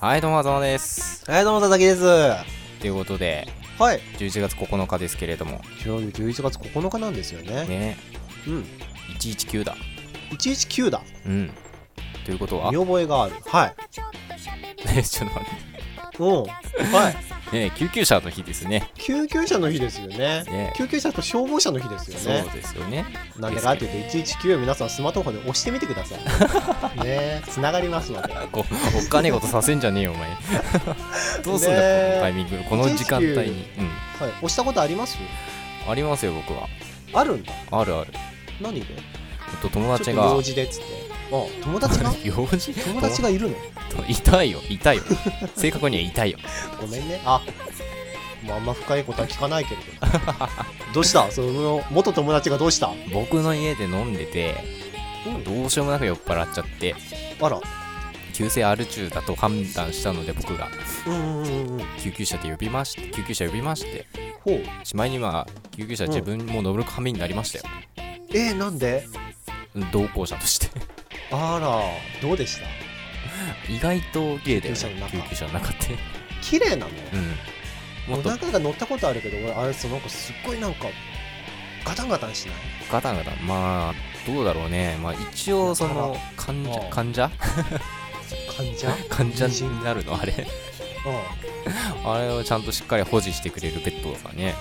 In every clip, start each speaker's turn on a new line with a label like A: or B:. A: はい、どうも、あざまです。
B: はい、どうも、佐々木です。は
A: ということで、
B: い。
A: 11月9日ですけれども、
B: 今日11月9日なんですよね。
A: ね、
B: うん。
A: 119だ。
B: 119だ。
A: うん。ということは、
B: 見覚えがある。は い。
A: ね、ちょっと待
B: うん。はい。
A: って、ね、救急車の日ですね。
B: 救急車の日ですよね。
A: ね
B: 救急車と消防車の日ですよ
A: そう
B: ね。
A: ですよね。
B: なんでかっていうと、119を皆さんスマートフォンで押してみてください。 ねつながりますので。
A: こうおっかねえことさせんじゃねえよ、お前。 どうすんだ、
B: ね
A: このタイミング、この時間帯に。うん。
B: はい。押したことあります
A: ありますよ、僕は。
B: あるんだ。
A: あるある。
B: 何で
A: えっと、友達
B: ちょっと
A: が
B: 用、事でっつって。あ、 友達が
A: 用事
B: 友達がいるの
A: と痛いよ、痛いよ。正確には痛いよ。
B: ごめんね。あ、もうあんま深いことは聞かないけれど。 どうしたその元友達がどうしたうん。
A: 僕の家で飲んでて、どうしようもなく酔っ払っちゃって、
B: あら。
A: 急性アル中だと判断したので僕が
B: うんうんうんうん。
A: 救急車で呼びまして救急車呼びまして
B: ほう。
A: しまいには救急車自分も乗る羽目になりましたよ、
B: えー、なんで
A: 同行者として
B: あら、どうでした
A: 意外と綺麗だよね
B: 救急車の中
A: 救急車の中って
B: 綺麗なの
A: うんもっ
B: 俺
A: と
B: 何回か乗ったことあるけど、俺、あれ、その子、すっごいなんか、ガタンガタンしない
A: ガタガタまあどうだろうねまあ一応その患者
B: うん
A: 患者
B: 患者うん。
A: 患者になるのあれ あれをちゃんとしっかり保持してくれるペットだからね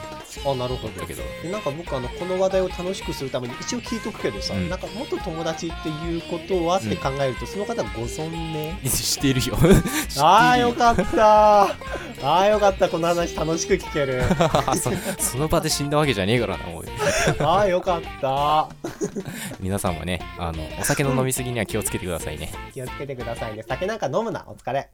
B: あ、なるほ
A: だ
B: ど
A: け。ど
B: でなんか僕あのこの話題を楽しくするために一応聞いとくけどさ、
A: うん
B: なんか元友達っていうことはって考えると、その方ご存命
A: しているよ知っている
B: ああよかったーああよかったこの話楽しく聞ける
A: そその場で死んだわけじゃねえからなおい
B: ああよかった
A: 皆さんもねあのお酒の飲みすぎには気をつけてくださいね
B: 気をつけてくださいね酒なんか飲むなお疲れ